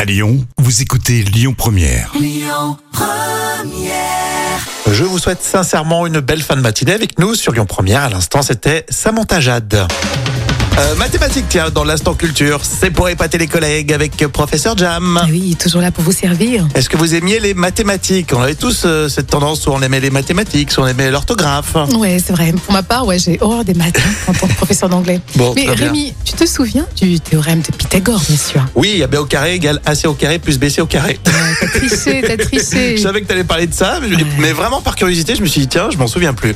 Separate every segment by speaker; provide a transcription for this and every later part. Speaker 1: À Lyon, vous écoutez Lyon Première.
Speaker 2: Je vous souhaite sincèrement une belle fin de matinée avec nous sur Lyon Première. À l'instant, c'était Samantha Jade. Euh, mathématiques, tiens, dans l'instant culture, c'est pour épater les collègues avec professeur Jam.
Speaker 3: Ah Oui, toujours là pour vous servir.
Speaker 2: Est-ce que vous aimiez les mathématiques On avait tous euh, cette tendance où on aimait les mathématiques, soit on aimait l'orthographe.
Speaker 3: Ouais, c'est vrai. Pour ma part, ouais, j'ai horreur des maths hein, en tant que professeur d'anglais.
Speaker 2: Bon,
Speaker 3: Mais
Speaker 2: très bien.
Speaker 3: Rémi, tu te souviens du théorème de Pythagore, bien sûr
Speaker 2: Oui, AB au carré égale AC au carré plus BC au carré.
Speaker 3: T'as triché, t'as triché.
Speaker 2: Je savais que tu allais parler de ça, mais, je me dis- mais vraiment par curiosité, je me suis dit, tiens, je m'en souviens plus.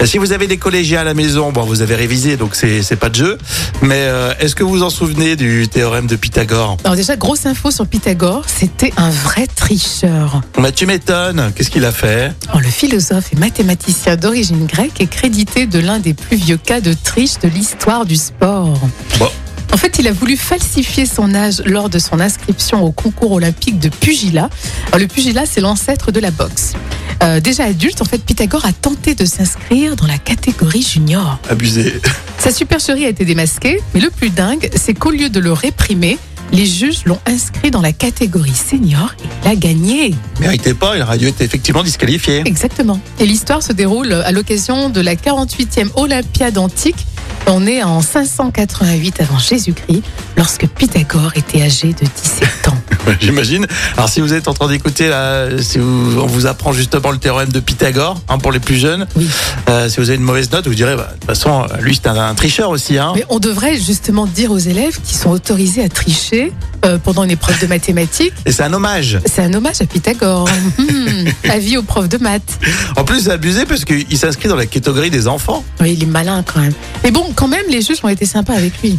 Speaker 2: Euh, Si vous avez des collégiens à la maison, bon, vous avez révisé, donc c'est c'est pas de jeu. Mais euh, est-ce que vous vous en souvenez du théorème de Pythagore
Speaker 3: Alors déjà, grosse info sur Pythagore, c'était un vrai tricheur.
Speaker 2: Bah, tu m'étonnes, qu'est-ce qu'il a fait
Speaker 3: Alors, le philosophe et mathématicien d'origine grecque est crédité de l'un des plus vieux cas de triche de l'histoire du sport.
Speaker 2: Bon.
Speaker 3: En fait, il a voulu falsifier son âge lors de son inscription au concours olympique de pugilat. Alors, le pugilat, c'est l'ancêtre de la boxe. Euh, déjà adulte, en fait, Pythagore a tenté de s'inscrire dans la catégorie junior.
Speaker 2: Abusé.
Speaker 3: Sa supercherie a été démasquée, mais le plus dingue, c'est qu'au lieu de le réprimer, les juges l'ont inscrit dans la catégorie senior et il a gagné.
Speaker 2: Méritait pas, il aurait dû être effectivement disqualifié.
Speaker 3: Exactement. Et l'histoire se déroule à l'occasion de la 48e Olympiade antique. On est en 588 avant Jésus-Christ, lorsque Pythagore était âgé de 17 ans.
Speaker 2: J'imagine. Alors si vous êtes en train d'écouter, là, si vous- on vous apprend justement le théorème de Pythagore, hein, pour les plus jeunes,
Speaker 3: Oui.
Speaker 2: euh, si vous avez une mauvaise note, vous direz, bah, de toute façon, lui c'est un, un tricheur aussi. Hein.
Speaker 3: Mais on devrait justement dire aux élèves qui sont autorisés à tricher euh, pendant une épreuve de mathématiques,
Speaker 2: Et c'est un hommage.
Speaker 3: c'est un hommage à Pythagore. Hmm, avis aux profs de maths.
Speaker 2: En plus, c'est abusé parce qu'il s'inscrit dans la catégorie des enfants.
Speaker 3: Oui, il est malin quand même. Mais bon, quand même, les juges ont été sympas avec lui.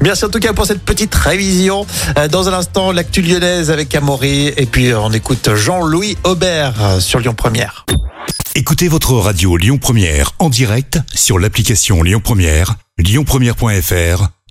Speaker 2: Merci en tout cas pour cette petite révision. Euh, Dans un instant, l'actu lyonnaise avec Amaury. Et puis, euh, on écoute Jean-Louis Aubert euh, sur Lyon Première.
Speaker 1: Écoutez votre radio Lyon Première en direct sur l'application Lyon Première, lyonpremière.fr